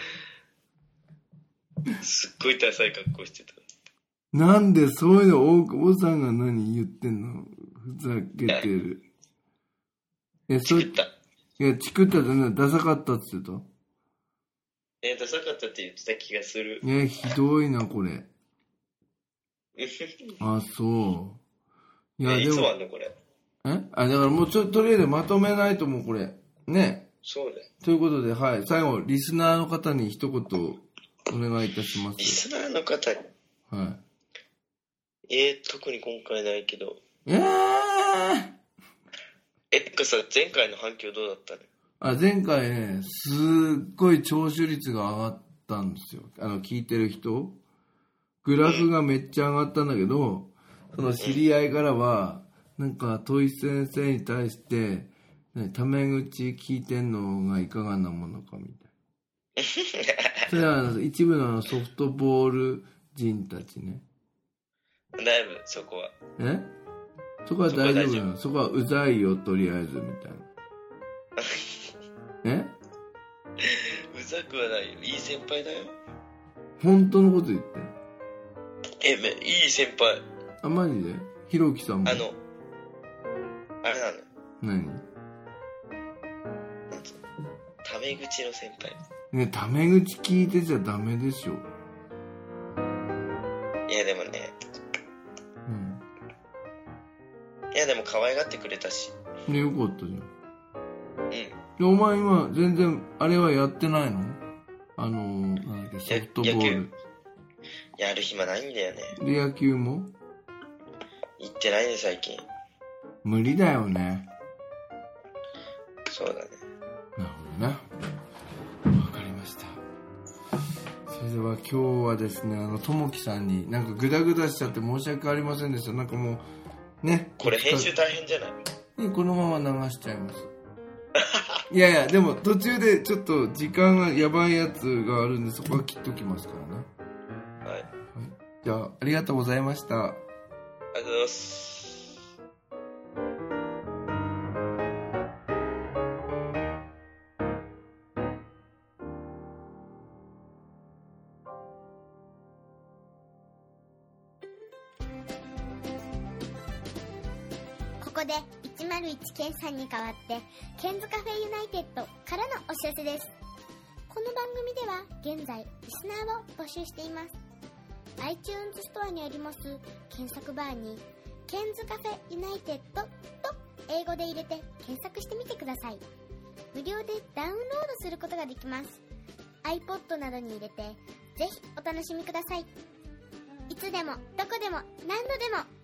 なすっごいダサい格好してたなんでそういうの大久保さんが何言ってんのふざけてる。え、そ作れ、ったいや、チクったってな、ダサかったっつってたえダサかったって言ってた気がするえ、ひどいな、これ。 あ、そう。いいや、いでつもも、あんのこれえあ、だからもうちょ、とりあえずまとめないともうこれ。ね。そうだよ。ということで、はい。最後、リスナーの方に一言お願いいたしまリす。スナーの方、はえー、特に今回ないけど、い。えーえ、てかさ、前回の反響どうだったのあ、前回ね、すっごい聴取率が上がったんですよ。あの、聞いてる人。グラフがめっちゃ上がったんだけど、その知り合いからは、なんか、問い先生に対して、ね、タメ口聞いてんのがいかがなものかみたいな。それはあの一部のあのソフトボール人たちね。だいぶ、そこは。えそこは大丈夫なのそこはうざいよ、とりあえず、みたいな。えうざくはないよ。いい先輩だよ。本当のこと言って。え、めいい先輩。あ、マジでひろきさんも。あの、あれなのよ。何なんつうのタメ口の先輩。ね、タメ口聞いてちゃダメでしょ。いや、でもね、うん。いや、でも可愛がってくれたし。ね、よかったじゃん。うん。で、お前今、全然、あれはやってないのあのー、なんだっけ、ソフトボーやる暇ないんだよね。ル。で、野球も行ってないね、最近。無理だよね。そうだね。なるほどな。わかりました。それでは今日はですね、あの、ともきさんに、なんかグダグダしちゃって申し訳ありませんでした。なんかもう、ね。これ編集大変じゃないねこのまま流しちゃいますいやいやでも途中でちょっと時間がやばいやつがあるんでそこは切っときますからねはい。じゃあありがとうございましたありがとうございます。ここで101ケンさんに代わって、ケンズカフェユナイテッドからのお知らせです。この番組では現在、リスナーを募集しています。iTunes ストアにあります検索バーに、ケンズカフェユナイテッドと英語で入れて検索してみてください。無料でダウンロードすることができます。iPod などに入れて、ぜひお楽しみください。いつでも、どこでも、何度でも、